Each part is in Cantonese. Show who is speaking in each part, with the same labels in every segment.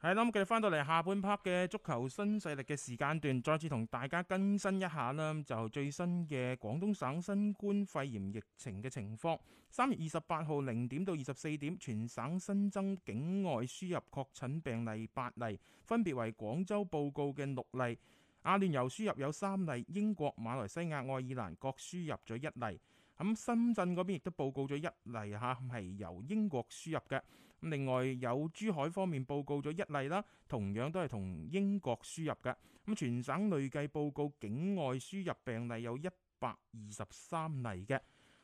Speaker 1: 係啦，咁佢哋翻到嚟下半 part 嘅足球新勢力嘅時間段，再次同大家更新一下啦。咁就最新嘅廣東省新冠肺炎疫情嘅情況。三月二十八號零點到二十四點，全省新增境外輸入確診病例八例，分別為廣州報告嘅六例，阿聯酋輸入有三例，英國、馬來西亞、愛爾蘭各輸入咗一例。咁深圳嗰邊亦都報告咗一例嚇，係由英國輸入嘅。咁另外有珠海方面報告咗一例啦，同樣都係同英國輸入嘅。咁全省累計報告境外輸入病例有一百二十三例嘅。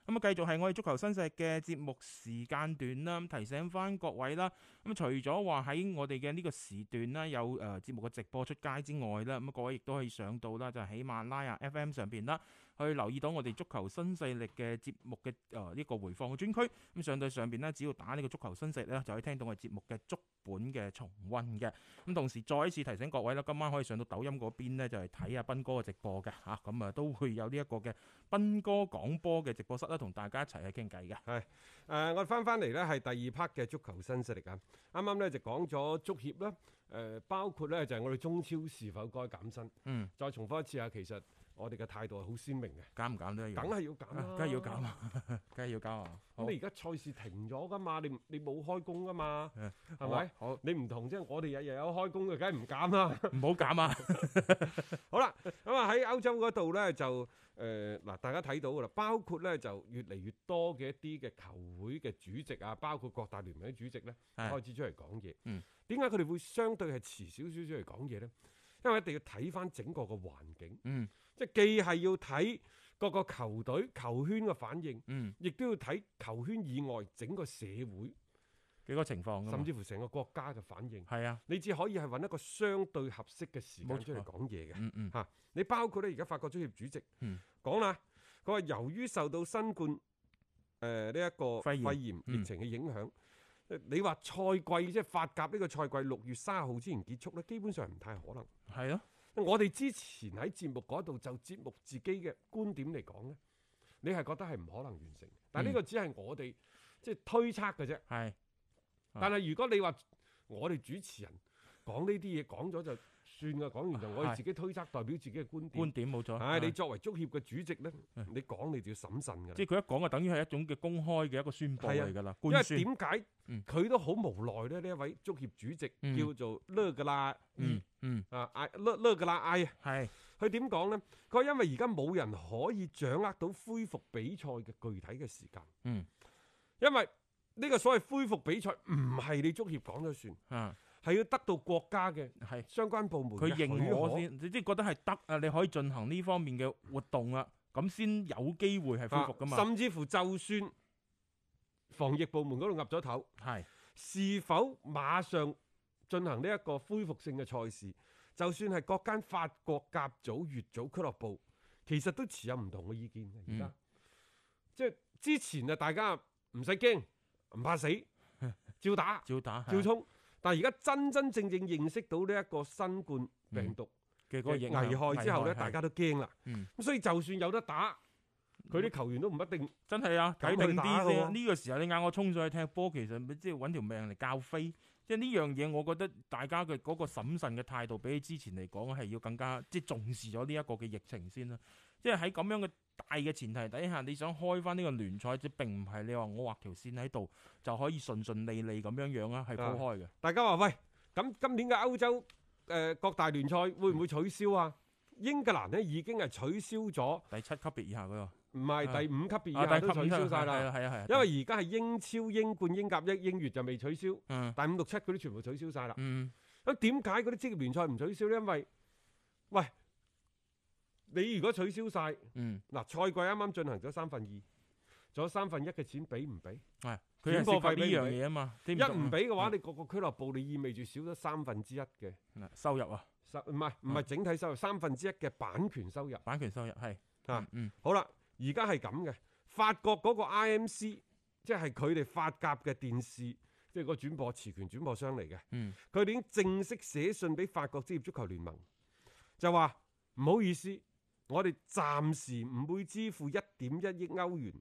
Speaker 1: 咁啊，繼續係我哋足球新勢力嘅節目時間段啦。咁提醒翻各位啦，咁啊除咗話喺我哋嘅呢個時段啦，有誒、呃、節目嘅直播出街之外啦，咁啊各位亦都可以上到啦，就係、喜馬拉雅 FM 上邊啦。去留意到我哋足球新勢力嘅節目嘅誒呢個回放嘅專區，咁上到上邊呢，只要打呢個足球新勢力咧，就可以聽到我哋節目嘅足本嘅重温嘅。咁同時再一次提醒各位啦，今晚可以上到抖音嗰邊咧，就係睇下斌哥嘅直播嘅嚇，咁啊都會有呢一個嘅斌哥講波嘅直播室啦，同大家一齊去傾偈嘅。
Speaker 2: 誒、我哋翻翻嚟呢係第二 part 嘅足球新勢力啊！啱啱呢就講咗足協啦，誒、包括呢就係、我哋中超是否該減薪。
Speaker 1: 嗯，
Speaker 2: 再重複一次啊，其實我哋嘅態度係好鮮明嘅，
Speaker 1: 減唔減都一樣，
Speaker 2: 梗係要減啦
Speaker 1: 啊，梗係要減啊， 梗係要減啊。好
Speaker 2: 咁你而家賽事停咗噶嘛？你唔你冇開工噶嘛？係咪？
Speaker 1: 好啊，
Speaker 2: 你唔同啫，我哋日日有開工嘅，梗係唔減啦。
Speaker 1: 好唔好減啊？
Speaker 2: 好啦，咁啊喺歐洲嗰度呢，就誒嗱、大家睇到噶啦，包括呢就越嚟越多嘅一啲嘅球會嘅主席啊，包括各大聯盟嘅主席呢，
Speaker 1: 係
Speaker 2: 開始出嚟講嘢。
Speaker 1: 嗯，
Speaker 2: 點解佢哋會相對係遲少少出嚟講嘢呢？因為一定要睇翻整個嘅環境，
Speaker 1: 嗯
Speaker 2: 即係既係要睇各個球隊、球圈嘅反應，
Speaker 1: 嗯，
Speaker 2: 亦都要睇球圈以外整個社會，
Speaker 1: 幾個情況㗎嘛
Speaker 2: 甚至乎成個國家嘅反應。
Speaker 1: 係啊，
Speaker 2: 你只可以係揾一個相對合適嘅時間
Speaker 1: 冇錯
Speaker 2: 出嚟講嘢嘅。
Speaker 1: 嗯嗯
Speaker 2: 你包括咧，而家法國足協主席
Speaker 1: 嗯
Speaker 2: 講啦，佢話由於受到新冠呃誒呢一個
Speaker 1: 肺
Speaker 2: 肺
Speaker 1: 炎嗯
Speaker 2: 炎疫情嘅影響，你話賽季即係法甲呢個賽季六月三十號之前結束咧，基本上唔太可能。
Speaker 1: 係咯，
Speaker 2: 我哋之前喺節目嗰度就節目自己嘅觀點嚟講咧，你係覺得係唔可能完成嘅，
Speaker 1: 嗯
Speaker 2: 但係呢個只係我哋即係推測嘅啫。
Speaker 1: 係啊
Speaker 2: 但係如果你話我哋主持人講呢啲嘢講咗就算啦，講完就我哋
Speaker 1: 啊係
Speaker 2: 自己推測，代表自己嘅觀點
Speaker 1: 觀。點冇錯。
Speaker 2: 唉，
Speaker 1: 係
Speaker 2: 你作為足協嘅主席咧，
Speaker 1: 嗯
Speaker 2: 你講你就要審慎㗎啦。
Speaker 1: 即係佢一講就等於係一種嘅公開嘅一個宣佈
Speaker 2: 係啊
Speaker 1: 嚟㗎啦，
Speaker 2: 因
Speaker 1: 官
Speaker 2: 為
Speaker 1: 宣。
Speaker 2: 點解
Speaker 1: 嗯
Speaker 2: 佢都好無奈咧？呢一位足協主
Speaker 1: 嗯
Speaker 2: 席叫做勒格拉，
Speaker 1: 嗯嗯，
Speaker 2: 啊艾勒勒格拉埃啊，
Speaker 1: 係
Speaker 2: 佢點講咧？佢話因為而家冇人可以掌握到恢復比賽嘅具體嘅時間。
Speaker 1: 嗯，
Speaker 2: 因為呢個所謂恢復比賽唔係你足協講咗算，
Speaker 1: 啊
Speaker 2: 係要得到國家嘅
Speaker 1: 係，
Speaker 2: 相關部門
Speaker 1: 佢
Speaker 2: 嘅許
Speaker 1: 認
Speaker 2: 可
Speaker 1: 我。先，你即係覺得係得啊，你可以進行呢方面嘅活動啦，咁先有機會係恢
Speaker 2: 啊
Speaker 1: 復㗎嘛。
Speaker 2: 甚至乎就算防疫部門嗰度岌咗頭，
Speaker 1: 係
Speaker 2: 是否馬上進行呢一個恢復性嘅賽事，就算係各間法國甲組、乙組俱樂部，其實都持有唔同嘅意見嘅。而家、
Speaker 1: 嗯
Speaker 2: 即係之前啊，大家唔使驚，唔怕 死，照打
Speaker 1: 照打係
Speaker 2: 照衝。但係而家真真正正認識到呢一個新冠病毒
Speaker 1: 嗯嘅嗰個
Speaker 2: 嘅
Speaker 1: 影響
Speaker 2: 危害之後咧，
Speaker 1: 係
Speaker 2: 大家都驚啦。
Speaker 1: 嗯
Speaker 2: 咁所以就算有得打，佢啲球員都唔一定。
Speaker 1: 真係啊，
Speaker 2: 咁
Speaker 1: 睇定
Speaker 2: 去打
Speaker 1: 啲
Speaker 2: 㗎
Speaker 1: 先。
Speaker 2: 喎
Speaker 1: 呢個時候你嗌我衝上去踢波，其實咪即係揾條命嚟教飛。即係呢樣嘢，我覺得大家嘅嗰個審慎嘅態度，比起之前嚟講係要更加即係重視咗呢一個嘅疫情先啦。即係喺咁樣嘅大嘅前提底下，你想開翻呢個聯賽，即係並唔係你話我畫條線喺度就可以順順利利咁樣樣啊，係鋪開嘅。
Speaker 2: 大家話喂，咁今年嘅歐洲誒、呃各大聯賽會唔會取消啊？英格蘭呢已經係取消咗
Speaker 1: 第七級別以下嗰個
Speaker 2: 唔係
Speaker 1: 啊
Speaker 2: 第五級別以
Speaker 1: 啊，
Speaker 2: 下
Speaker 1: 第
Speaker 2: 都
Speaker 1: 級
Speaker 2: 取消晒
Speaker 1: 係
Speaker 2: 啦。
Speaker 1: 啊係啊係啊，
Speaker 2: 因為而家係英超、英冠、英甲、英英乙就未取消，
Speaker 1: 嗯
Speaker 2: 但五六七嗰啲全部取消晒啦。
Speaker 1: 嗯
Speaker 2: 咁點解嗰啲職業聯賽唔取消呢？因為喂，你如果取消晒，
Speaker 1: 嗯，
Speaker 2: 嗱賽季啱啱進行咗三分二，仲有三分一嘅錢俾唔俾？
Speaker 1: 係佢係
Speaker 2: 轉播
Speaker 1: 涉
Speaker 2: 費
Speaker 1: 及
Speaker 2: 俾
Speaker 1: 呢
Speaker 2: 唔
Speaker 1: 樣
Speaker 2: 俾
Speaker 1: 嘢啊嗯嘛，一
Speaker 2: 一唔俾嘅話，你各個俱樂部你意味住少咗三分之一嘅
Speaker 1: 收入啊，
Speaker 2: 收，唔係唔係整體收入，三分之一嘅版權收入。
Speaker 1: 版權收入係
Speaker 2: 啊
Speaker 1: 嗯
Speaker 2: 好啦，而家係咁嘅，法國嗰個 IMC，即係佢哋法甲嘅電視，即係個轉播持權轉播商嚟嘅，
Speaker 1: 嗯
Speaker 2: 佢哋已經正式寫信俾法國職業足球聯盟，就話唔好意思，我哋暫時唔會支付一點一億歐元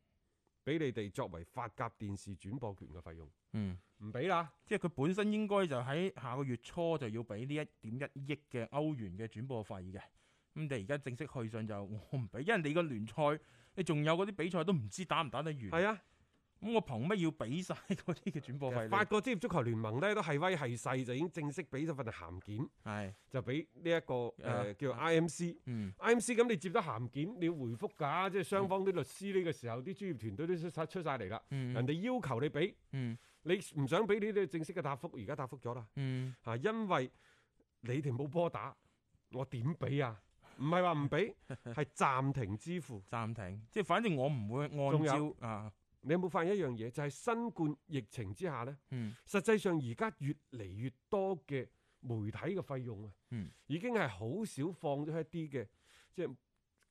Speaker 2: 俾你哋作為法甲電視轉播權嘅費用，
Speaker 1: 嗯，
Speaker 2: 唔俾啦。
Speaker 1: 即係佢本身應該就喺下個月初就要俾呢一點一億嘅歐元嘅轉播費嘅，咁你而家正式去信就我唔俾，因為你個聯賽你仲有嗰啲比賽都唔知打唔打得完，
Speaker 2: 係
Speaker 1: 咁
Speaker 2: 啊，
Speaker 1: 我憑乜要俾晒嗰啲嘅轉播費你？
Speaker 2: 法國職業足球聯盟咧都係威係勢，就已經正式俾咗份函件，
Speaker 1: 係
Speaker 2: 就俾呢一個誒、呃
Speaker 1: 啊
Speaker 2: 叫 IMC。
Speaker 1: 嗯。
Speaker 2: IMC 咁你接咗函件，你要回覆㗎，即係雙方啲律師呢個時候啲專業團隊都出晒出晒嚟啦。
Speaker 1: 嗯
Speaker 2: 人哋要求你俾，
Speaker 1: 嗯
Speaker 2: 你唔想俾呢啲正式嘅答覆，而家答覆咗啦
Speaker 1: 嗯
Speaker 2: 嚇，因為你哋冇波打，我點俾啊？唔係話唔 俾，係暫停支付。
Speaker 1: 暫停，即係反正我唔會按
Speaker 2: 仲
Speaker 1: 照
Speaker 2: 有
Speaker 1: 啊，
Speaker 2: 你有冇發現一樣嘢？就係、新冠疫情之下呢，
Speaker 1: 嗯
Speaker 2: 實際上而家越嚟越多嘅媒體嘅費用啊，
Speaker 1: 嗯
Speaker 2: 已經係好少放咗喺一啲嘅即係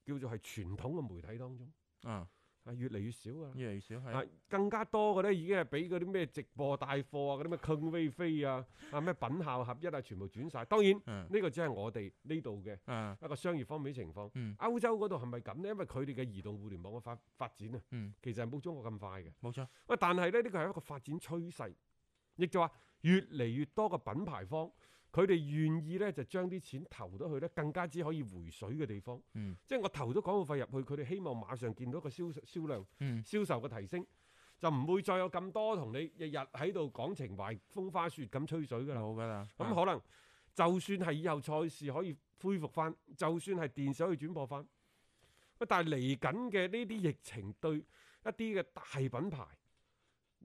Speaker 2: 叫做係傳統嘅媒體當中。
Speaker 1: 啊，
Speaker 2: 啊，越嚟越少啊！
Speaker 1: 越嚟越少係
Speaker 2: 啊，更加多嘅咧已經係俾嗰啲咩直播帶貨啊，嗰啲咩坑威飛啊，啊咩品效合一啊，全部轉晒。當然
Speaker 1: 嗯
Speaker 2: 呢個只係我哋呢度嘅
Speaker 1: 啊
Speaker 2: 一個商業方面嘅情況。
Speaker 1: 嗯
Speaker 2: 歐洲嗰度係咪咁呢？因為佢哋嘅移動互聯網嘅發發展啊，
Speaker 1: 嗯
Speaker 2: 其實係冇中國咁快嘅。
Speaker 1: 冇錯，
Speaker 2: 喂，但係咧呢個係一個發展趨勢，亦就話越嚟越多嘅品牌方，佢哋願意咧就將啲錢投到去咧更加之可以回水嘅地方。
Speaker 1: 嗯
Speaker 2: 即係我投咗廣告費入去，佢哋希望馬上見到一個銷銷量。
Speaker 1: 嗯
Speaker 2: 銷售嘅提升，就唔會再有咁多同你日日喺度講情懷、風花雪咁吹水㗎啦。
Speaker 1: 冇㗎啦，
Speaker 2: 咁、
Speaker 1: 啊
Speaker 2: 可能就算係以後賽事可以恢復翻，就算係電視可以轉播翻，喂但係嚟緊嘅呢啲疫情對一啲嘅大品牌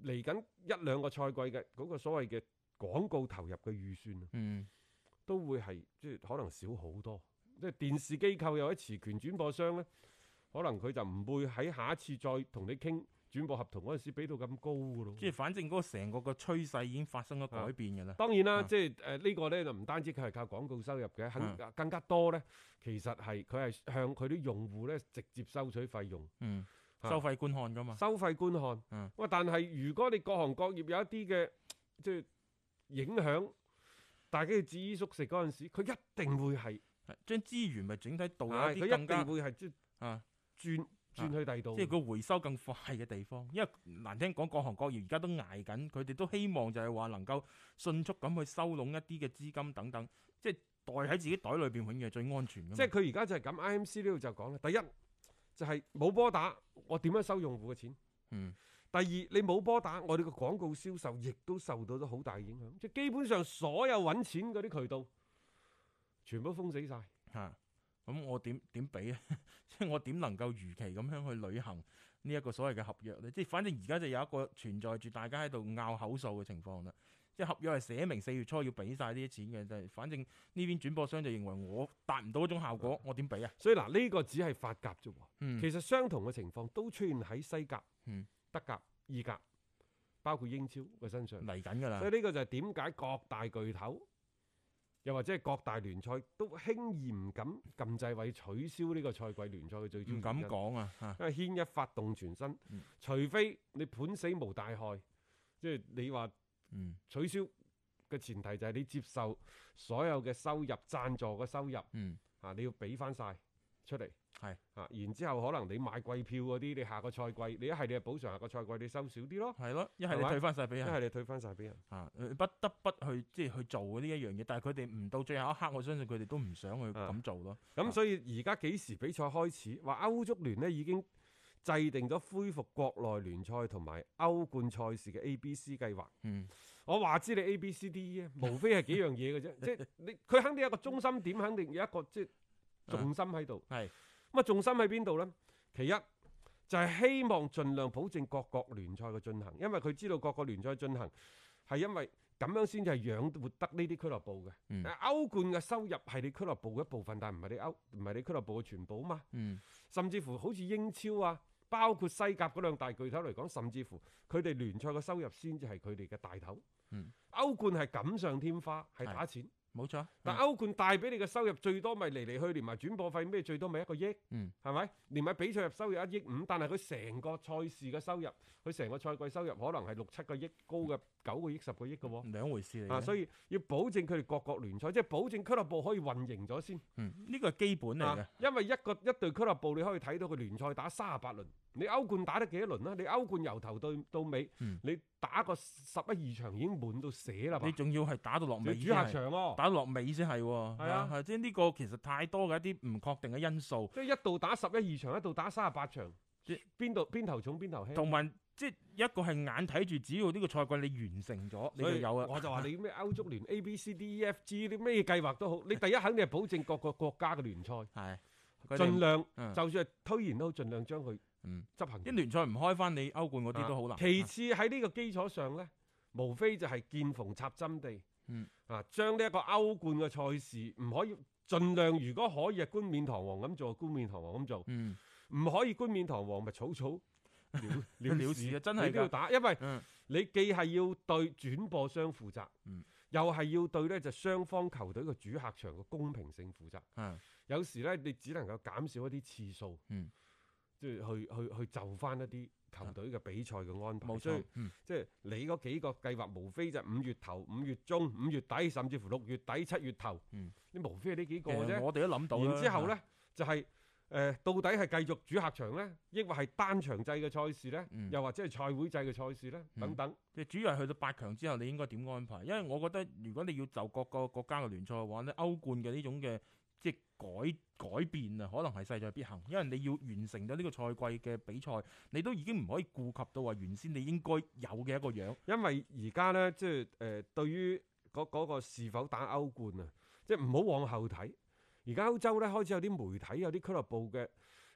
Speaker 2: 嚟緊一兩個賽季嘅嗰個所謂嘅廣告投入嘅預算啊，
Speaker 1: 嗯
Speaker 2: 都會係即係可能少好多。即係電視機構又喺持權轉播商咧，可能佢就唔會喺下一次再同你傾轉播合同嗰陣時俾到咁高噶咯。
Speaker 1: 即係反正嗰個成個個趨勢已經發生咗改變㗎啦，
Speaker 2: 當然啦，
Speaker 1: 啊
Speaker 2: 即係誒呢個咧就唔單止佢係靠廣告收入嘅，
Speaker 1: 啊
Speaker 2: 肯更加多咧，其實係佢係向佢啲用戶咧直接收取費用，
Speaker 1: 嗯，
Speaker 2: 啊
Speaker 1: 收費觀看㗎嘛，
Speaker 2: 收費觀看。
Speaker 1: 嗯
Speaker 2: 喂，但係如果你各行各業有一啲嘅即係影響，大家要節衣縮食嗰陣時，佢一定會係，
Speaker 1: 將資源咪整體導入
Speaker 2: 係
Speaker 1: 一
Speaker 2: 啊佢
Speaker 1: 啊啲
Speaker 2: 一
Speaker 1: 更
Speaker 2: 定
Speaker 1: 加
Speaker 2: 會係即係
Speaker 1: 啊，
Speaker 2: 轉轉去第二度。
Speaker 1: 即係個回收更快嘅地方，因為難聽講各行各業而家都捱緊，佢哋都希望就係話能夠迅速咁去收攏一啲嘅資金等等，即係袋喺自己袋裏邊永遠係最安全㗎嘛，
Speaker 2: 即係佢而家就係咁，IMC 呢度就講啦。第一就係冇波打，我點樣收用戶嘅錢？
Speaker 1: 嗯
Speaker 2: 第二，你冇波打，我哋嘅廣告銷售亦都受到咗好大影響。即係基本上所有揾錢嗰啲渠道，全部封死晒。
Speaker 1: 吓，咁我點點俾啊？ 即係我點能夠如期咁樣去履行呢一個所謂嘅合約咧？即係反正而家就有一個存在住大家喺度拗口數嘅情況啦。即係合約係寫明四月初要俾晒呢啲錢嘅，但係反正呢邊轉播商就認為我達唔到嗰種效果，我點俾啊？
Speaker 2: 所以嗱，呢個只係法甲啫喎。
Speaker 1: 嗯
Speaker 2: 其實相同嘅情況都出現喺西甲、
Speaker 1: 嗯
Speaker 2: 德甲、意甲，包括英超嘅身上。
Speaker 1: 嚟緊㗎
Speaker 2: 所
Speaker 1: 啦
Speaker 2: 以，呢個就係點解各大巨頭，又或者係各大聯賽都輕易唔敢禁制位取消呢個賽季聯賽嘅最主要
Speaker 1: 唔敢
Speaker 2: 原因
Speaker 1: 講啊嚇，
Speaker 2: 因為牽一發動全身，
Speaker 1: 嗯
Speaker 2: 除非你盤死無大害，即係你話
Speaker 1: 嗯
Speaker 2: 取消嘅前提就係你接受所有嘅收入贊助嘅收入
Speaker 1: 嗯
Speaker 2: 啊，你要俾翻晒出嚟。
Speaker 1: 係
Speaker 2: 啊，然之後可能你買季票嗰啲，你下個賽季你一係你係補償下個賽季你收少啲咯，
Speaker 1: 係咯，一係你
Speaker 2: 係咪
Speaker 1: 退翻晒俾
Speaker 2: 一
Speaker 1: 人。
Speaker 2: 係你退翻晒俾人。
Speaker 1: 啊，呃不得不去即係去做呢一樣嘢，但係佢哋唔到最後一刻，我相信佢哋都唔想去
Speaker 2: 啊
Speaker 1: 咁做咯。啊
Speaker 2: 咁所以而家幾時比賽開始？話歐足聯呢已經制定咗恢復國內聯賽同埋歐冠賽事嘅 A、B、C 計劃。
Speaker 1: 嗯，
Speaker 2: 我話知你 A、B、C、D、E 啊，無非係幾樣嘢嘅啫，即係你佢肯定有一個中心點，肯定有一個即係重心喺度。
Speaker 1: 係
Speaker 2: 咁啊，重心喺邊度咧？其一就係希望盡量保證各國聯賽嘅進行，因為佢知道各國聯賽進行係因為咁樣先至係養活得呢啲俱樂部嘅。
Speaker 1: 嗯
Speaker 2: 歐冠嘅收入係你俱樂部嘅一部分，但係唔係你歐唔係你俱樂部嘅全部啊嘛。
Speaker 1: 嗯
Speaker 2: 甚至乎好似英超啊，包括西甲嗰兩大巨頭嚟講，甚至乎佢哋聯賽嘅收入先至係佢哋嘅大頭。
Speaker 1: 嗯，
Speaker 2: 歐冠係錦上添花，係打錢，
Speaker 1: 冇錯。
Speaker 2: 但
Speaker 1: 嗯
Speaker 2: 歐冠帶俾你嘅收入最多咪嚟嚟去，連埋轉播費咩最多咪一個億，
Speaker 1: 嗯
Speaker 2: 係咪？連埋比賽入收入一億五，但係佢成個賽事嘅收入，佢成個賽季收入可能係六七個億，高嘅九個億、十個億嘅喎。
Speaker 1: 兩回事嚟
Speaker 2: 啊，
Speaker 1: 嘅。
Speaker 2: 所以要保證佢哋各國聯賽，即係保證俱樂部可以運營咗先。
Speaker 1: 嗯呢個係基本嚟嘅
Speaker 2: 啊。，因為一個一隊俱樂部你可以睇到佢聯賽打三十八輪，你歐冠打得幾多輪啊啦？你歐冠由頭到到尾，
Speaker 1: 嗯
Speaker 2: 你打個十一二場已經滿到瀉啦吧
Speaker 1: 你？仲要係打到落
Speaker 2: 仲要
Speaker 1: 尾
Speaker 2: 主
Speaker 1: 先
Speaker 2: 客
Speaker 1: 係
Speaker 2: 場喎、
Speaker 1: 打到落尾先係喎。
Speaker 2: 係啊
Speaker 1: 係即係呢個其實太多嘅一啲唔確定嘅因素，
Speaker 2: 即係一度打十一二場，一度打三十八場
Speaker 1: 即，
Speaker 2: 邊度邊頭重邊頭輕。
Speaker 1: 同埋即係一個係眼睇住，只要呢個賽季你完成咗，你
Speaker 2: 所
Speaker 1: 就
Speaker 2: 以
Speaker 1: 有啊。
Speaker 2: 我就話你咩歐足聯 A、B、C、D、E、F、G 啲咩計劃都好，你第一肯定係保證各個國家嘅聯賽，
Speaker 1: 係佢
Speaker 2: 盡
Speaker 1: 哋
Speaker 2: 量
Speaker 1: 嗯
Speaker 2: 就算係推延都好，盡量將佢
Speaker 1: 嗯
Speaker 2: 執行。
Speaker 1: 一聯賽唔開翻，你歐冠嗰啲
Speaker 2: 啊
Speaker 1: 都好難。
Speaker 2: 其
Speaker 1: 啊
Speaker 2: 次喺呢個基礎上呢，無非就係見縫插針地，
Speaker 1: 嗯
Speaker 2: 啊，將呢一個歐冠嘅賽事唔可以盡量，如果可以係冠冕堂皇咁做，冠冕堂皇咁做，
Speaker 1: 嗯
Speaker 2: 唔可以冠冕堂皇咪草 草了
Speaker 1: 了事啊真係㗎
Speaker 2: 你都要打，因為
Speaker 1: 嗯
Speaker 2: 你既係要對轉播商負責，
Speaker 1: 嗯
Speaker 2: 又係要對呢就雙方球隊嘅主客場嘅公平性負責。
Speaker 1: 啊
Speaker 2: 有時咧，你只能夠減少一啲次數，
Speaker 1: 嗯啊
Speaker 2: 即係去去去就翻一啲球隊嘅比賽嘅安排。
Speaker 1: 冇
Speaker 2: 所以
Speaker 1: 錯。嗯
Speaker 2: 即係你嗰幾個計劃，無非就五月頭、五月中、五月底，甚至乎六月底、七月頭，
Speaker 1: 嗯
Speaker 2: 你無非係呢幾個
Speaker 1: 其實
Speaker 2: 啫。
Speaker 1: 我哋都諗到啦。
Speaker 2: 然之後
Speaker 1: 啊
Speaker 2: 呢，就係、呃到底係繼續主客場呢？抑或係單場制嘅賽事呢？
Speaker 1: 嗯
Speaker 2: 又或者係賽會制嘅賽事呢？
Speaker 1: 嗯
Speaker 2: 等等。
Speaker 1: 你主要係去到八強之後，你應該點安排？因為我覺得如果你要就各個國家嘅聯賽嘅話咧，歐冠嘅呢種嘅即係改改變啊，可能係勢在必行，因為你要完成咗呢個賽季嘅比賽，你都已經唔可以顧及到話原先你應該有嘅一個樣。
Speaker 2: 因為而家呢，即係誒、呃，對於嗰嗰、個是否打歐冠啊，即係唔好往後睇。而家歐洲呢，開始有啲媒體、有啲俱樂部嘅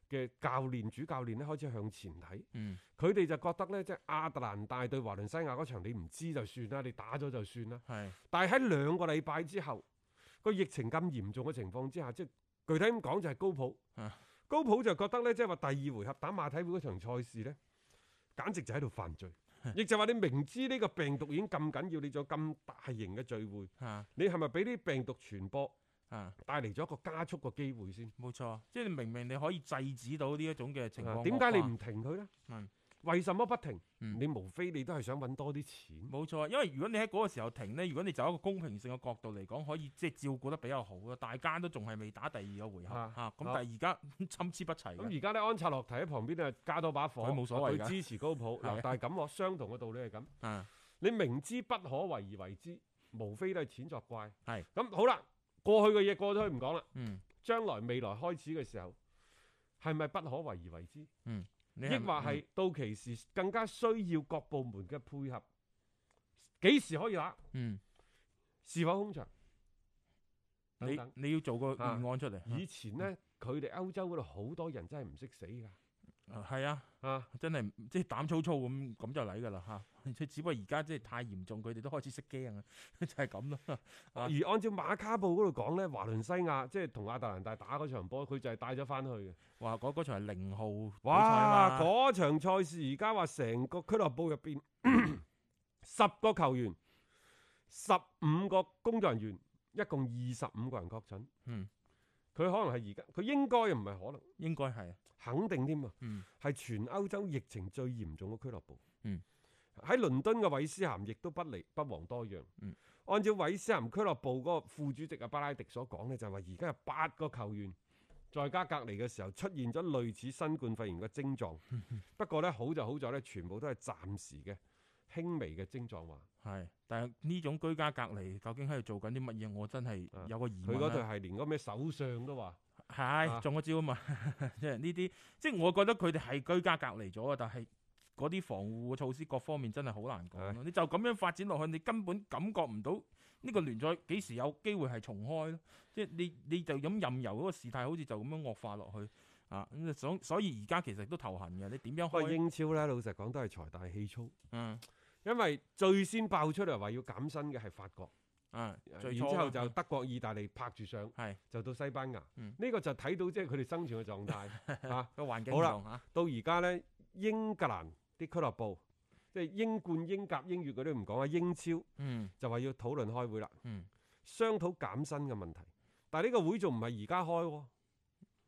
Speaker 2: 嘅教練、主教練呢，開始向前睇。
Speaker 1: 嗯
Speaker 2: 佢哋就覺得呢，即係亞特蘭大對華倫西亞嗰場，你唔知就算啦，你打咗就算啦。
Speaker 1: 係
Speaker 2: 但係喺兩個禮拜之後，個疫情咁嚴重嘅情況之下，即係具體咁講就係高普
Speaker 1: 啊，
Speaker 2: 高普就覺得呢，即係話第二回合打馬體會嗰場賽事呢，簡直就喺度犯 罪，亦就話你明知呢個病毒已經咁緊要，你仲有咁大型嘅聚會，
Speaker 1: 啊
Speaker 2: 你係咪俾啲病毒傳播
Speaker 1: 啊，
Speaker 2: 帶嚟咗一個加速嘅機會先？
Speaker 1: 冇錯，即係你明明你可以制止到呢一種嘅情
Speaker 2: 啊
Speaker 1: 況惡化，
Speaker 2: 點解你唔停佢呢
Speaker 1: 嗯？
Speaker 2: 為什麼不停？
Speaker 1: 嗯
Speaker 2: 你無非你都係想揾多啲錢。
Speaker 1: 冇錯，因為如果你喺嗰個時候停呢，如果你就一個公平性嘅角度嚟講，可以即係照顧得比較好咯。大家都仲係未打第二個回合
Speaker 2: 啊
Speaker 1: 嚇，咁
Speaker 2: 好
Speaker 1: 但係而家 參差不齊
Speaker 2: 咁
Speaker 1: 嘅。
Speaker 2: 而家咧，安察洛提喺旁邊啊，加多把火，
Speaker 1: 啊佢冇所謂㗎
Speaker 2: 佢支持高普。
Speaker 1: 係
Speaker 2: 嗱，但係咁喎，相同嘅道理係咁，
Speaker 1: 啊，
Speaker 2: 你明知不可為而為之，無非都係錢作怪。
Speaker 1: 係
Speaker 2: 咁好啦，過去嘅嘢過咗去唔講啦，
Speaker 1: 嗯，
Speaker 2: 將來未來開始嘅時候，係咪不可為而為之？抑
Speaker 1: 你係嗯
Speaker 2: 或係到期時更加需要各部門嘅配合？幾時可以打？
Speaker 1: 嗯，
Speaker 2: 是否空場？
Speaker 1: 嗯
Speaker 2: 等等
Speaker 1: 你你要做個
Speaker 2: 啊
Speaker 1: 預案出嚟。
Speaker 2: 以前呢，佢哋歐洲嗰度好多人真係唔識死㗎，
Speaker 1: 啊係啊，
Speaker 2: 啊！
Speaker 1: 真係唔即係膽粗粗咁咁就嚟㗎啦嚇。 即係只不過而家即係太嚴重，佢哋都開始識驚啊， 就係咁咯。啊
Speaker 2: 而按照馬卡報嗰度講咧，華倫西亞即係同亞特蘭大打嗰場波，佢就係帶咗翻去嘅。
Speaker 1: 話嗰嗰場係零號比賽
Speaker 2: 哇！
Speaker 1: 啊嘛，
Speaker 2: 嗰場賽事而家話成個俱樂部入邊 十個球員，十五個工作人員，一共二十五個人確診。
Speaker 1: 嗯，
Speaker 2: 佢可能係而家，佢應該又唔係可能，
Speaker 1: 應該係
Speaker 2: 肯定添啊！
Speaker 1: 嗯
Speaker 2: 係全歐洲疫情最嚴重嘅俱樂部。
Speaker 1: 嗯，
Speaker 2: 喺倫敦嘅韋斯咸亦都不離不遑多讓。
Speaker 1: 嗯，
Speaker 2: 按照韋斯咸俱樂部嗰個副主席阿巴拉迪所講呢，就係話而家有八個球員在家隔離嘅時候出現咗類似新冠肺炎嘅症 狀。不過呢，好就好在呢，全部都係暫時嘅輕微嘅症狀話。
Speaker 1: 係。但係呢種居家隔離究竟喺度做緊啲乜嘢？我真係
Speaker 2: 啊
Speaker 1: 有個疑
Speaker 2: 佢
Speaker 1: 問
Speaker 2: 嗰度
Speaker 1: 啦。
Speaker 2: 係連嗰咩首相都
Speaker 1: 哦
Speaker 2: 話
Speaker 1: 係中咗招啊嘛， 即係呢啲，即係我覺得佢哋係居家隔離咗啊，但係嗰啲防護措施各方面真係好難講咯。你就咁樣發展落去，你根本感覺唔到呢個聯賽幾時有機會係重開咯。即係你你就咁任由嗰個事態好似就咁樣惡化落去。啊，咁所所以而家其實都頭痕嘅，你點樣
Speaker 2: 不過
Speaker 1: 開？
Speaker 2: 英超咧，老實講都係財大氣粗，
Speaker 1: 嗯
Speaker 2: 因為最先爆出嚟話要減薪嘅係法國，
Speaker 1: 嗯，
Speaker 2: 然
Speaker 1: 最
Speaker 2: 之
Speaker 1: 初
Speaker 2: 後
Speaker 1: 後
Speaker 2: 就德國、意大利拍住上，
Speaker 1: 係
Speaker 2: 就到西班牙。呢、
Speaker 1: 嗯
Speaker 2: 個就睇到即係佢哋生存嘅狀 態啊！
Speaker 1: 個環境
Speaker 2: 好
Speaker 1: 唔
Speaker 2: 啦
Speaker 1: 同嚇，
Speaker 2: 到而家咧，英格蘭啲俱樂部，即係英冠、英甲、英乙嗰啲唔講啊，英超
Speaker 1: 嗯
Speaker 2: 就話要討論開會啦，
Speaker 1: 嗯，
Speaker 2: 商討減薪嘅問題。但係呢個會仲唔係而家開喎，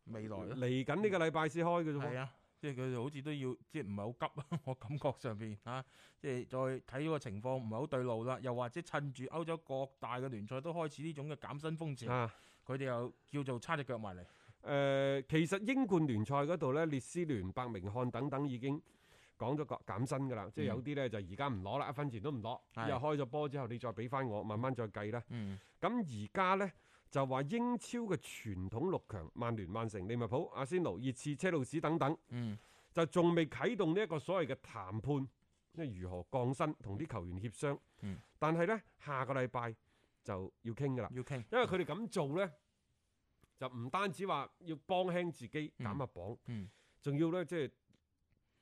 Speaker 1: 未來啊咯，
Speaker 2: 嚟緊呢個禮拜先開嘅啫
Speaker 1: 嗯係
Speaker 2: 喎。
Speaker 1: 啊，即係佢哋好似都要， 即係唔係好急，啊 我感覺上邊嚇、啊即係再睇個情況唔係好對路啦，又或者趁住歐洲各大嘅聯賽都開始呢種嘅減薪風潮，
Speaker 2: 啊，
Speaker 1: 佢哋、又叫做叉只腳埋嚟，
Speaker 2: 誒、呃其實英冠聯賽嗰度咧，列斯聯、伯明翰等等已經講咗個
Speaker 1: 嗯
Speaker 2: 減薪㗎啦，即係有啲咧就而家唔攞啦，一分錢都唔攞，
Speaker 1: 係
Speaker 2: 又開咗波之後你再俾翻我，慢慢再計啦。
Speaker 1: 嗯
Speaker 2: 咁而家呢，就話英超嘅傳統六強，曼聯、曼城、利物浦、阿仙奴、熱刺、車路士等等，
Speaker 1: 嗯
Speaker 2: 就仲未啟動呢一個所謂嘅談判，即係如何降薪同啲球員協商。
Speaker 1: 嗯
Speaker 2: 但係呢，下個禮拜就要傾噶啦，
Speaker 1: 要傾，
Speaker 2: 因為佢哋咁做呢，就唔單止話要幫輕自己
Speaker 1: 嗯
Speaker 2: 減下磅，
Speaker 1: 嗯
Speaker 2: 仲、要呢，即係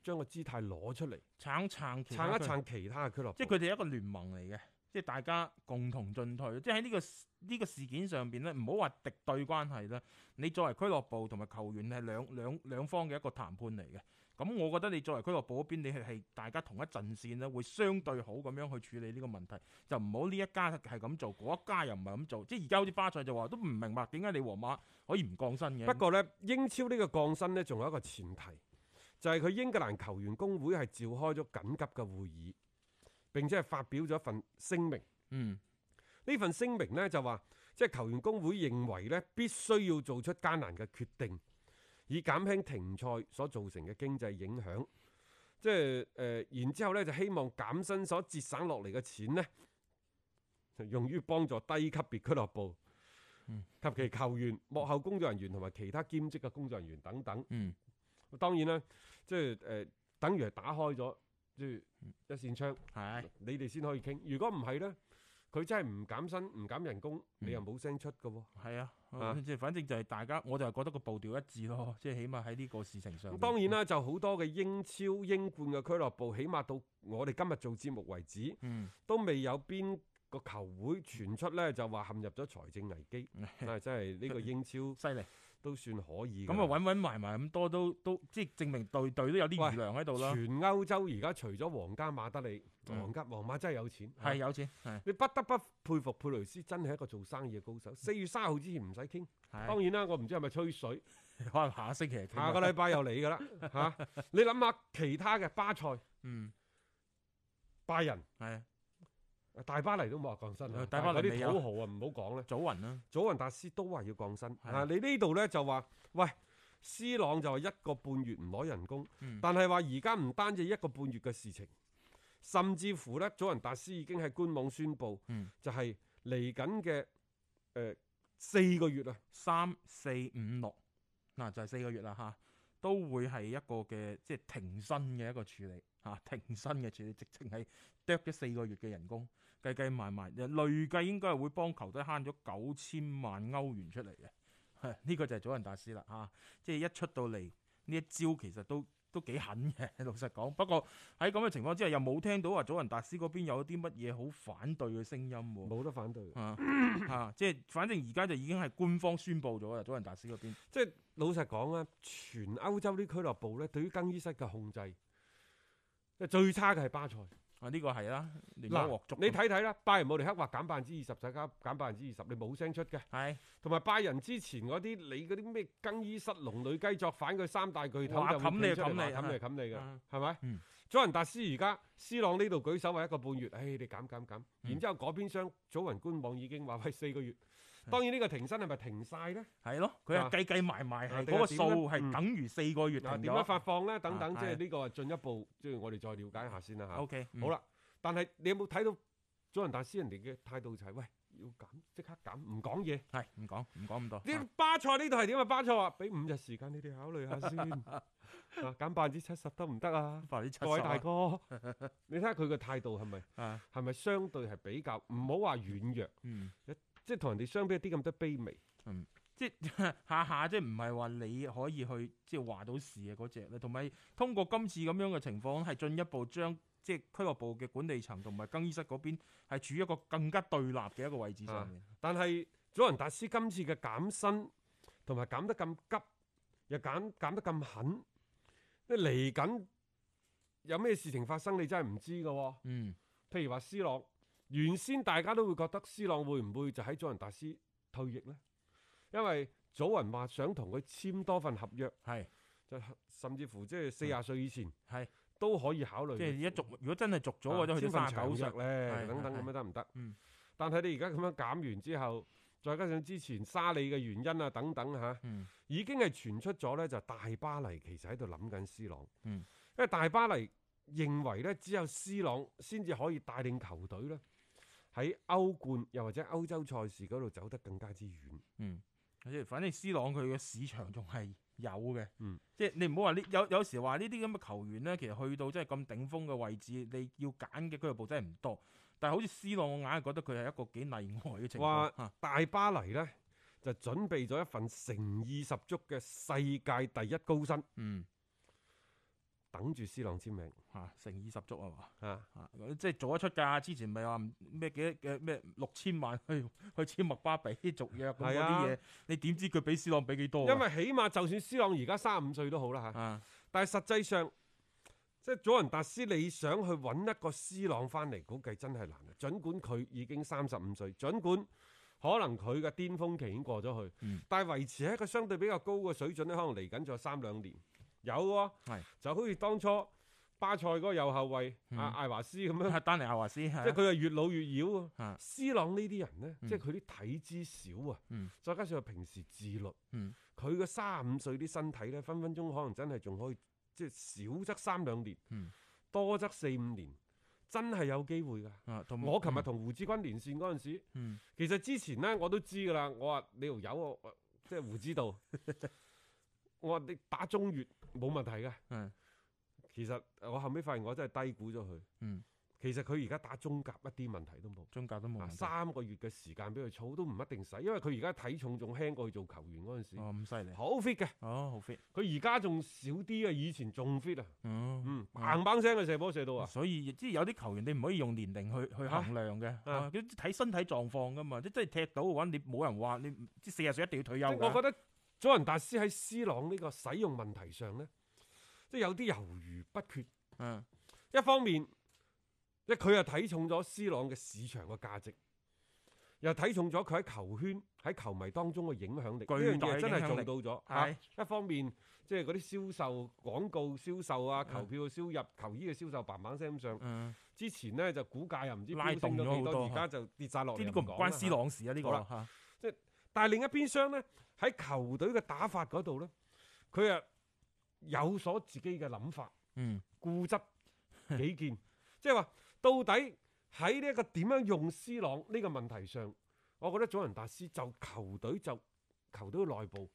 Speaker 2: 將個姿態攞出嚟
Speaker 1: 撐撐其
Speaker 2: 撐
Speaker 1: 他佢
Speaker 2: 一撐其他嘅俱樂部。
Speaker 1: 即係佢哋一個聯盟嚟嘅，即係大家共同進退。即係喺呢個呢、個事件上邊咧，唔好話敵對關係啦。你作為俱樂部同埋球員係兩兩兩方嘅一個談判嚟嘅。咁我覺得你作為俱樂部嗰邊，你係係大家同一陣線咧，會相對好咁樣去處理呢個問題，就唔好呢一家係咁做，嗰一家又唔係咁做。即係而家好似巴塞就話都唔明白點解你皇馬可以唔降薪嘅。
Speaker 2: 不過呢，英超呢個降薪呢，仲有一個前提，就係、佢英格蘭球員工會係召開咗緊急嘅會議，並且係發表咗一份聲明。
Speaker 1: 嗯
Speaker 2: 呢份聲明呢，就話，即係球員工會認為呢，必須要做出艱難嘅決定，以減輕停賽所造成嘅經濟影響。即係誒、呃然之後呢，就希望減薪所節省落嚟嘅錢呢，就用於幫助低級別俱樂部
Speaker 1: 嗯
Speaker 2: 及其球員、幕後工作人員同埋其他兼職嘅工作人員等等。
Speaker 1: 嗯，
Speaker 2: 當然啦，即係誒、呃等於係打開咗即係一扇窗。
Speaker 1: 係
Speaker 2: 你哋先可以傾。如果唔係咧，佢真係唔減薪、唔減人工，
Speaker 1: 嗯
Speaker 2: 你又冇聲出嘅喎。
Speaker 1: 係啊
Speaker 2: 啊，
Speaker 1: 即係反正就係大家，我就係覺得個步調一致咯，即係起碼喺呢個事情
Speaker 2: 咁
Speaker 1: 上面。
Speaker 2: 當然啦，就好多嘅英超、英冠嘅俱樂部，起碼到我哋今日做節目為止，
Speaker 1: 嗯。
Speaker 2: 都未有邊個球會傳出咧就話陷入咗財政危 機。但係真係呢個英超
Speaker 1: 犀利，
Speaker 2: 都算可以㗎
Speaker 1: 咁啊
Speaker 2: 啦。
Speaker 1: 揾揾埋埋咁多都都即係證明隊隊都有啲
Speaker 2: 喂
Speaker 1: 餘糧喺度啦，
Speaker 2: 全歐洲而家除咗皇家馬德里，
Speaker 1: 嗯
Speaker 2: 皇家皇馬真係有錢。
Speaker 1: 係啊有錢，係
Speaker 2: 你不得不佩服佩雷斯真係一個做生意嘅高手。四月三號之前唔使傾，
Speaker 1: 係
Speaker 2: 當然啦，我唔知係咪吹水。
Speaker 1: 可能下星期
Speaker 2: 下個禮拜又嚟噶啦 嚇！你諗下其他嘅巴塞、
Speaker 1: 嗯
Speaker 2: 拜仁、
Speaker 1: 係啊
Speaker 2: 大巴黎都冇話降薪啦，
Speaker 1: 大巴黎
Speaker 2: 但係嗰
Speaker 1: 未有
Speaker 2: 啲土豪啊唔好講啦，
Speaker 1: 早雲啦，
Speaker 2: 祖雲達斯都話要降薪
Speaker 1: 係
Speaker 2: 啊！你呢度咧就話喂。C 朗就話一個半月唔攞人工，
Speaker 1: 嗯
Speaker 2: 但係話而家唔單止一個半月嘅事情，甚至乎咧，祖雲達斯已經喺官網宣布，
Speaker 1: 嗯
Speaker 2: 就係嚟緊嘅誒四個月啊，
Speaker 1: 三四五六嗱就係四個月啦嚇，都會係一個嘅即係停薪嘅一個處理嚇，停薪嘅處理直情係剁咗四個月嘅人工，計計埋埋累計應該係會幫球隊慳咗九千萬歐元出嚟嘅。 係呢個就係祖雲達斯啦嚇、啊即係一出到嚟呢一招其實都都幾狠嘅， 老實講。不過喺咁嘅情況之下，又冇聽到話祖雲達斯嗰邊有啲乜嘢好反對嘅聲音喎。
Speaker 2: 冇得反對嘅。
Speaker 1: 啊
Speaker 2: 嗯
Speaker 1: 啊！即係反正而家就已經係官方宣布咗啦，祖雲達斯嗰邊
Speaker 2: 即係老實講啦，全歐洲啲俱樂部咧，對於更衣室嘅控制，最差嘅係巴塞。
Speaker 1: 啊呢個係啦，聯盟獲
Speaker 2: 嗱
Speaker 1: 足，
Speaker 2: 你睇睇啦，拜仁慕尼黑話減百分之二十，再加減百分之二十，你冇聲出嘅。
Speaker 1: 係
Speaker 2: 同埋拜仁之前嗰啲，你嗰啲咩更衣室龍女雞作反，佢三大巨頭
Speaker 1: 話
Speaker 2: 就
Speaker 1: 冚你
Speaker 2: 會
Speaker 1: 就
Speaker 2: 企出嚟
Speaker 1: 冚
Speaker 2: 話
Speaker 1: 你
Speaker 2: 冚你就
Speaker 1: 啊
Speaker 2: 冚你㗎
Speaker 1: 嗯，
Speaker 2: 係咪
Speaker 1: 嗯？
Speaker 2: 祖雲達斯而家斯朗呢度舉手話一個半月，唉，你減減減，然之後嗰邊商祖雲官網已經話喂四個月。
Speaker 1: 嗯
Speaker 2: 當然呢個停薪係咪停晒咧？
Speaker 1: 係咯，佢
Speaker 2: 啊
Speaker 1: 係計計埋埋係
Speaker 2: 定
Speaker 1: 嗰個
Speaker 2: 係
Speaker 1: 數
Speaker 2: 點咧
Speaker 1: 係
Speaker 2: 嗯
Speaker 1: 等於四個月停
Speaker 2: 嗱，點樣
Speaker 1: 咗。
Speaker 2: 發放咧？等等，
Speaker 1: 啊
Speaker 2: 即
Speaker 1: 係
Speaker 2: 係呢個進一步，即係我哋再了解一下先啦嚇。
Speaker 1: O K，
Speaker 2: 好，啦，但係你有冇睇到祖雲達斯人哋嘅態度就係、喂要減即刻減，唔講嘢。
Speaker 1: 係唔講唔講咁多。
Speaker 2: 啲巴塞呢度係點啊？巴塞話俾五日時間你哋考慮 下先，啊減百分之七十得唔得啊？
Speaker 1: 快啲出
Speaker 2: 各位大哥， 你睇下佢嘅態度係咪
Speaker 1: 啊，
Speaker 2: 係咪相對係比較唔好話軟弱，
Speaker 1: 嗯，
Speaker 2: 即係同人哋相比一啲咁多卑微。
Speaker 1: 嗯即係 下下即係唔係話你可以去即係話到事嘅嗰只咧，同埋通過今次咁樣嘅情況，係進一步將即係俱樂部嘅管理層同埋更衣室嗰邊係處於一個更加對立嘅一個位置上面。
Speaker 2: 但係祖雲達斯今次嘅減薪同埋減得咁急，又減減得咁狠，即嚟緊有咩事情發生，你真係唔知㗎喎。
Speaker 1: 嗯，
Speaker 2: 譬如話 C 朗，原先大家都會覺得 C 朗會唔會就喺祖雲達斯退役呢？因為祖雲話想同佢簽多份合約，
Speaker 1: 係
Speaker 2: 就甚至乎即係四廿歲以前
Speaker 1: 係
Speaker 2: 都可以考慮。
Speaker 1: 即係一續，如果真係續咗或者去到
Speaker 2: 啊簽
Speaker 1: 三十
Speaker 2: 份
Speaker 1: 九歲
Speaker 2: 長，約
Speaker 1: 係
Speaker 2: 咧，等等
Speaker 1: 係
Speaker 2: 咁樣得唔得
Speaker 1: 嗯？
Speaker 2: 但係你而家咁樣減完之後，再加上之前沙利嘅原因啊等等嚇，
Speaker 1: 嗯
Speaker 2: 已經係傳出咗咧，就大巴黎其實喺度諗緊 C 朗，
Speaker 1: 嗯
Speaker 2: 因為大巴黎認為咧，只有 C 朗先至可以帶領球隊咧喺歐冠又或者歐洲賽事嗰度走得更加之遠。
Speaker 1: 嗯，即係反正 C 朗佢嘅市場仲係有嘅，
Speaker 2: 嗯
Speaker 1: 即係你唔好話呢有有時話呢啲咁嘅球員咧，其實去到真係咁頂峰嘅位置，你要揀嘅俱樂部真係唔多。但係好似 C 朗，我硬係覺得佢係一個幾例外嘅情況
Speaker 2: 話
Speaker 1: 嚇。
Speaker 2: 大巴黎咧就準備咗一份誠意十足嘅世界第一高薪，
Speaker 1: 嗯，
Speaker 2: 等住 C 朗簽名
Speaker 1: 嚇誠意十足啊嘛，
Speaker 2: 啊！
Speaker 1: 嚇即係做得出㗎。之前咪話唔咩幾嘅咩六千萬去去簽麥巴比續約咁嗰
Speaker 2: 係啊
Speaker 1: 啲嘢，你點知佢俾 C 朗俾幾多啊？
Speaker 2: 因為起碼就算 C 朗而家三十五歲都好啦嚇，
Speaker 1: 啊，
Speaker 2: 但係實際上即係祖雲達斯，你想去揾一個 C 朗翻嚟，估計真係難嘅。儘管佢已經三十五歲，儘管可能佢嘅巔峰期已經過咗去，
Speaker 1: 嗯
Speaker 2: 但係維持喺一個相對比較高嘅水準咧，可能嚟緊仲有三兩年有喎、
Speaker 1: 係
Speaker 2: 就好似當初巴塞嗰個右後衞
Speaker 1: 嗯
Speaker 2: 阿艾華斯咁樣，
Speaker 1: 啊丹尼亞華斯
Speaker 2: 即係
Speaker 1: 係啊
Speaker 2: 佢係越老越妖
Speaker 1: 啊
Speaker 2: 啊。C 朗呢啲人呢，
Speaker 1: 嗯
Speaker 2: 即係佢啲體脂少啊，
Speaker 1: 嗯
Speaker 2: 再加上佢平時自律，
Speaker 1: 嗯
Speaker 2: 佢嘅三十五歲啲身體呢，分分鐘可能真係仲可以，即係少則三兩年，
Speaker 1: 嗯
Speaker 2: 多則四五年，真係有機會㗎。
Speaker 1: 啊，同
Speaker 2: 我琴日同胡志軍連線嗰陣時，
Speaker 1: 嗯
Speaker 2: 其實之前呢我都知㗎啦，我話你條友我我即係胡指 導，我話你打中越冇問題㗎。
Speaker 1: 係
Speaker 2: 其實我後尾發現我真係低估咗佢。
Speaker 1: 嗯
Speaker 2: 其實佢而家打中甲一啲問題都冇。
Speaker 1: 中教都冇
Speaker 2: 啊
Speaker 1: 問題
Speaker 2: 三個月嘅時間俾佢操都唔一定使，因為佢而家體重仲輕過佢做球員嗰陣時，
Speaker 1: 哦咁犀利，
Speaker 2: 好 fit 嘅。
Speaker 1: 哦好 fit，
Speaker 2: 佢而家仲少啲啊，以前仲 fit 啊，
Speaker 1: 哦
Speaker 2: 嗯，砰砰聲嘅射波射到啊，
Speaker 1: 所以即係有啲球員你唔可以用年齡去去衡量嘅，
Speaker 2: 啊
Speaker 1: 啊佢睇身體狀況噶嘛，即係踢到嘅話，你冇人話你唔即係四十歲一定要退休
Speaker 2: 即係我
Speaker 1: 嗯㗎。
Speaker 2: 覺得祖雲達斯喺 C 朗呢個使用問題上呢，即係有啲猶豫不決。
Speaker 1: 嗯
Speaker 2: 一方面，即係佢又睇重咗 C 朗嘅市場嘅價值，又睇重咗佢喺球圈喺球迷當中嘅影響力。呢
Speaker 1: 巨
Speaker 2: 樣
Speaker 1: 大嘅
Speaker 2: 嘢真
Speaker 1: 影響力
Speaker 2: 係做到咗。啊
Speaker 1: 係
Speaker 2: 嚇一方面，即係嗰啲銷售廣告銷售啊、
Speaker 1: 嗯
Speaker 2: 球票嘅銷入、球衣嘅銷售，砰砰聲咁上。
Speaker 1: 嗯，
Speaker 2: 之前呢，就股價又唔知
Speaker 1: 拉
Speaker 2: 飆升
Speaker 1: 動咗
Speaker 2: 咗幾
Speaker 1: 好
Speaker 2: 多，
Speaker 1: 多
Speaker 2: 而家就跌晒落嚟。
Speaker 1: 即係呢個唔
Speaker 2: 又講啦
Speaker 1: 關 C 朗事啊，呢個
Speaker 2: 好啦
Speaker 1: 嚇
Speaker 2: 但係另一邊廂呢，喺球隊嘅打法嗰度呢，佢啊有所自己嘅諗法、
Speaker 1: 嗯
Speaker 2: 固 執、己見，即係話到底喺呢一個點樣用 C 朗呢個問題上，我覺得祖雲達斯就球隊就球隊內部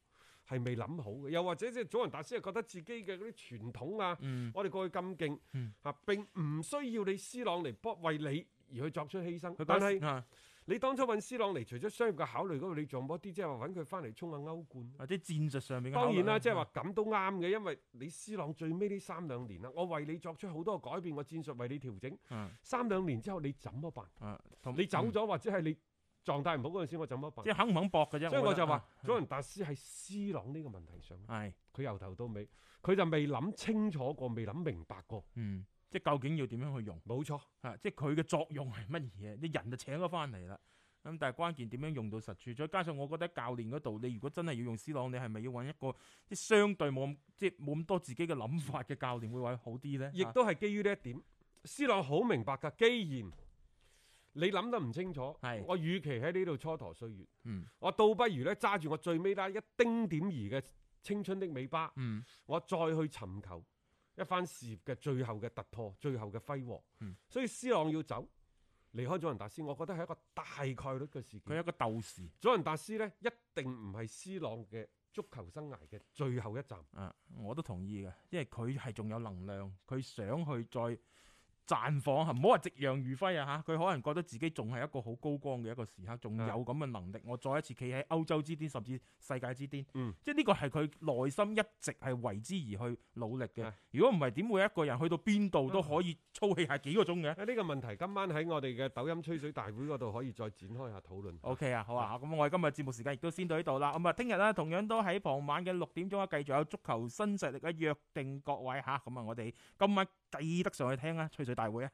Speaker 2: 係未諗好嘅，又或者即係祖雲達斯係覺得自己嘅嗰啲傳統啊，
Speaker 1: 嗯
Speaker 2: 我哋過去咁勁
Speaker 1: 嗯
Speaker 2: 嚇，並唔需要你 C 朗嚟幫為你而去作出犧牲
Speaker 1: 佢，
Speaker 2: 但
Speaker 1: 嗰
Speaker 2: 係
Speaker 1: 時。啊
Speaker 2: 你當初揾 C 朗嚟，除咗商業嘅考慮嗰度，你仲有冇一啲即係話揾佢翻嚟衝下歐冠？
Speaker 1: 或者戰術上面嘅考慮
Speaker 2: 當然啦，
Speaker 1: 啊
Speaker 2: 即係話咁都啱嘅，因為你 C 朗最尾呢三兩年啦，我為你作出好多改變，我戰術為你調整。
Speaker 1: 嗯
Speaker 2: 三兩年之後你怎麼辦？
Speaker 1: 啊，同
Speaker 2: 你走
Speaker 1: 嗯
Speaker 2: 咗或者係你狀態唔好嗰陣時，我怎麼辦
Speaker 1: 即？係肯唔肯搏嘅啫。
Speaker 2: 所以我
Speaker 1: 覺得啊嗯
Speaker 2: 就話，祖雲達斯喺 C 朗呢個問題上，
Speaker 1: 啊係
Speaker 2: 佢由頭到尾佢就未諗清楚過，未諗明白過。
Speaker 1: 嗯，即係究竟要點樣去用？
Speaker 2: 冇錯，
Speaker 1: 啊，即係佢嘅作用係乜嘢？你人就請咗翻嚟啦。咁但係關鍵點樣用到實處，再加上我覺得教練嗰度，你如果真係要用 C 朗，你係咪要揾一個即係相對冇咁即係冇咁多自己嘅諗法嘅教練會話好啲呢？
Speaker 2: 亦
Speaker 1: 啊
Speaker 2: 都係基於呢一點，C 朗好明白㗎。既然你諗得唔清楚
Speaker 1: 係，
Speaker 2: 我與其喺呢度蹉跎歲月。
Speaker 1: 嗯
Speaker 2: 我倒不如咧揸住我最尾啦一丁點兒嘅青春的尾巴，
Speaker 1: 嗯
Speaker 2: 我再去尋求一番事業嘅最後嘅突破、最後嘅輝煌。
Speaker 1: 嗯
Speaker 2: 所以 C 朗要走，離開祖雲達斯，我覺得係一個大概率嘅事
Speaker 1: 佢係
Speaker 2: 件。
Speaker 1: 一個鬥士
Speaker 2: 祖雲達斯呢，一定唔係 C 朗嘅足球生涯嘅最後一站。
Speaker 1: 啊，我都同意嘅，因為佢係仲有能量，佢想去再綻放啊，唔好話夕陽如輝啊嚇，佢可能覺得自己仲係一個好高光嘅一個時刻，仲有
Speaker 2: 啊
Speaker 1: 咁嘅能力，我再一次企喺歐洲之巔，甚至世界之巔，
Speaker 2: 嗯
Speaker 1: 即係呢個係佢內心一直係為之而去努力嘅
Speaker 2: 係。嗯
Speaker 1: 如果唔係，點會一個人去到邊度都可以操氣下幾個鐘嘅？
Speaker 2: 啊呢個問題今晚喺我哋嘅抖音吹水大會嗰度可以再展開下討論。
Speaker 1: O K 啊，好啊，咁我哋今日節目時間亦都先到呢度啦。咁啊，聽日啦，同樣都喺傍晚嘅六點鐘啊，繼續有足球新勢力嘅約定各位吓。咁啊，我哋今晚記得上去聽啊，吹水大會啊！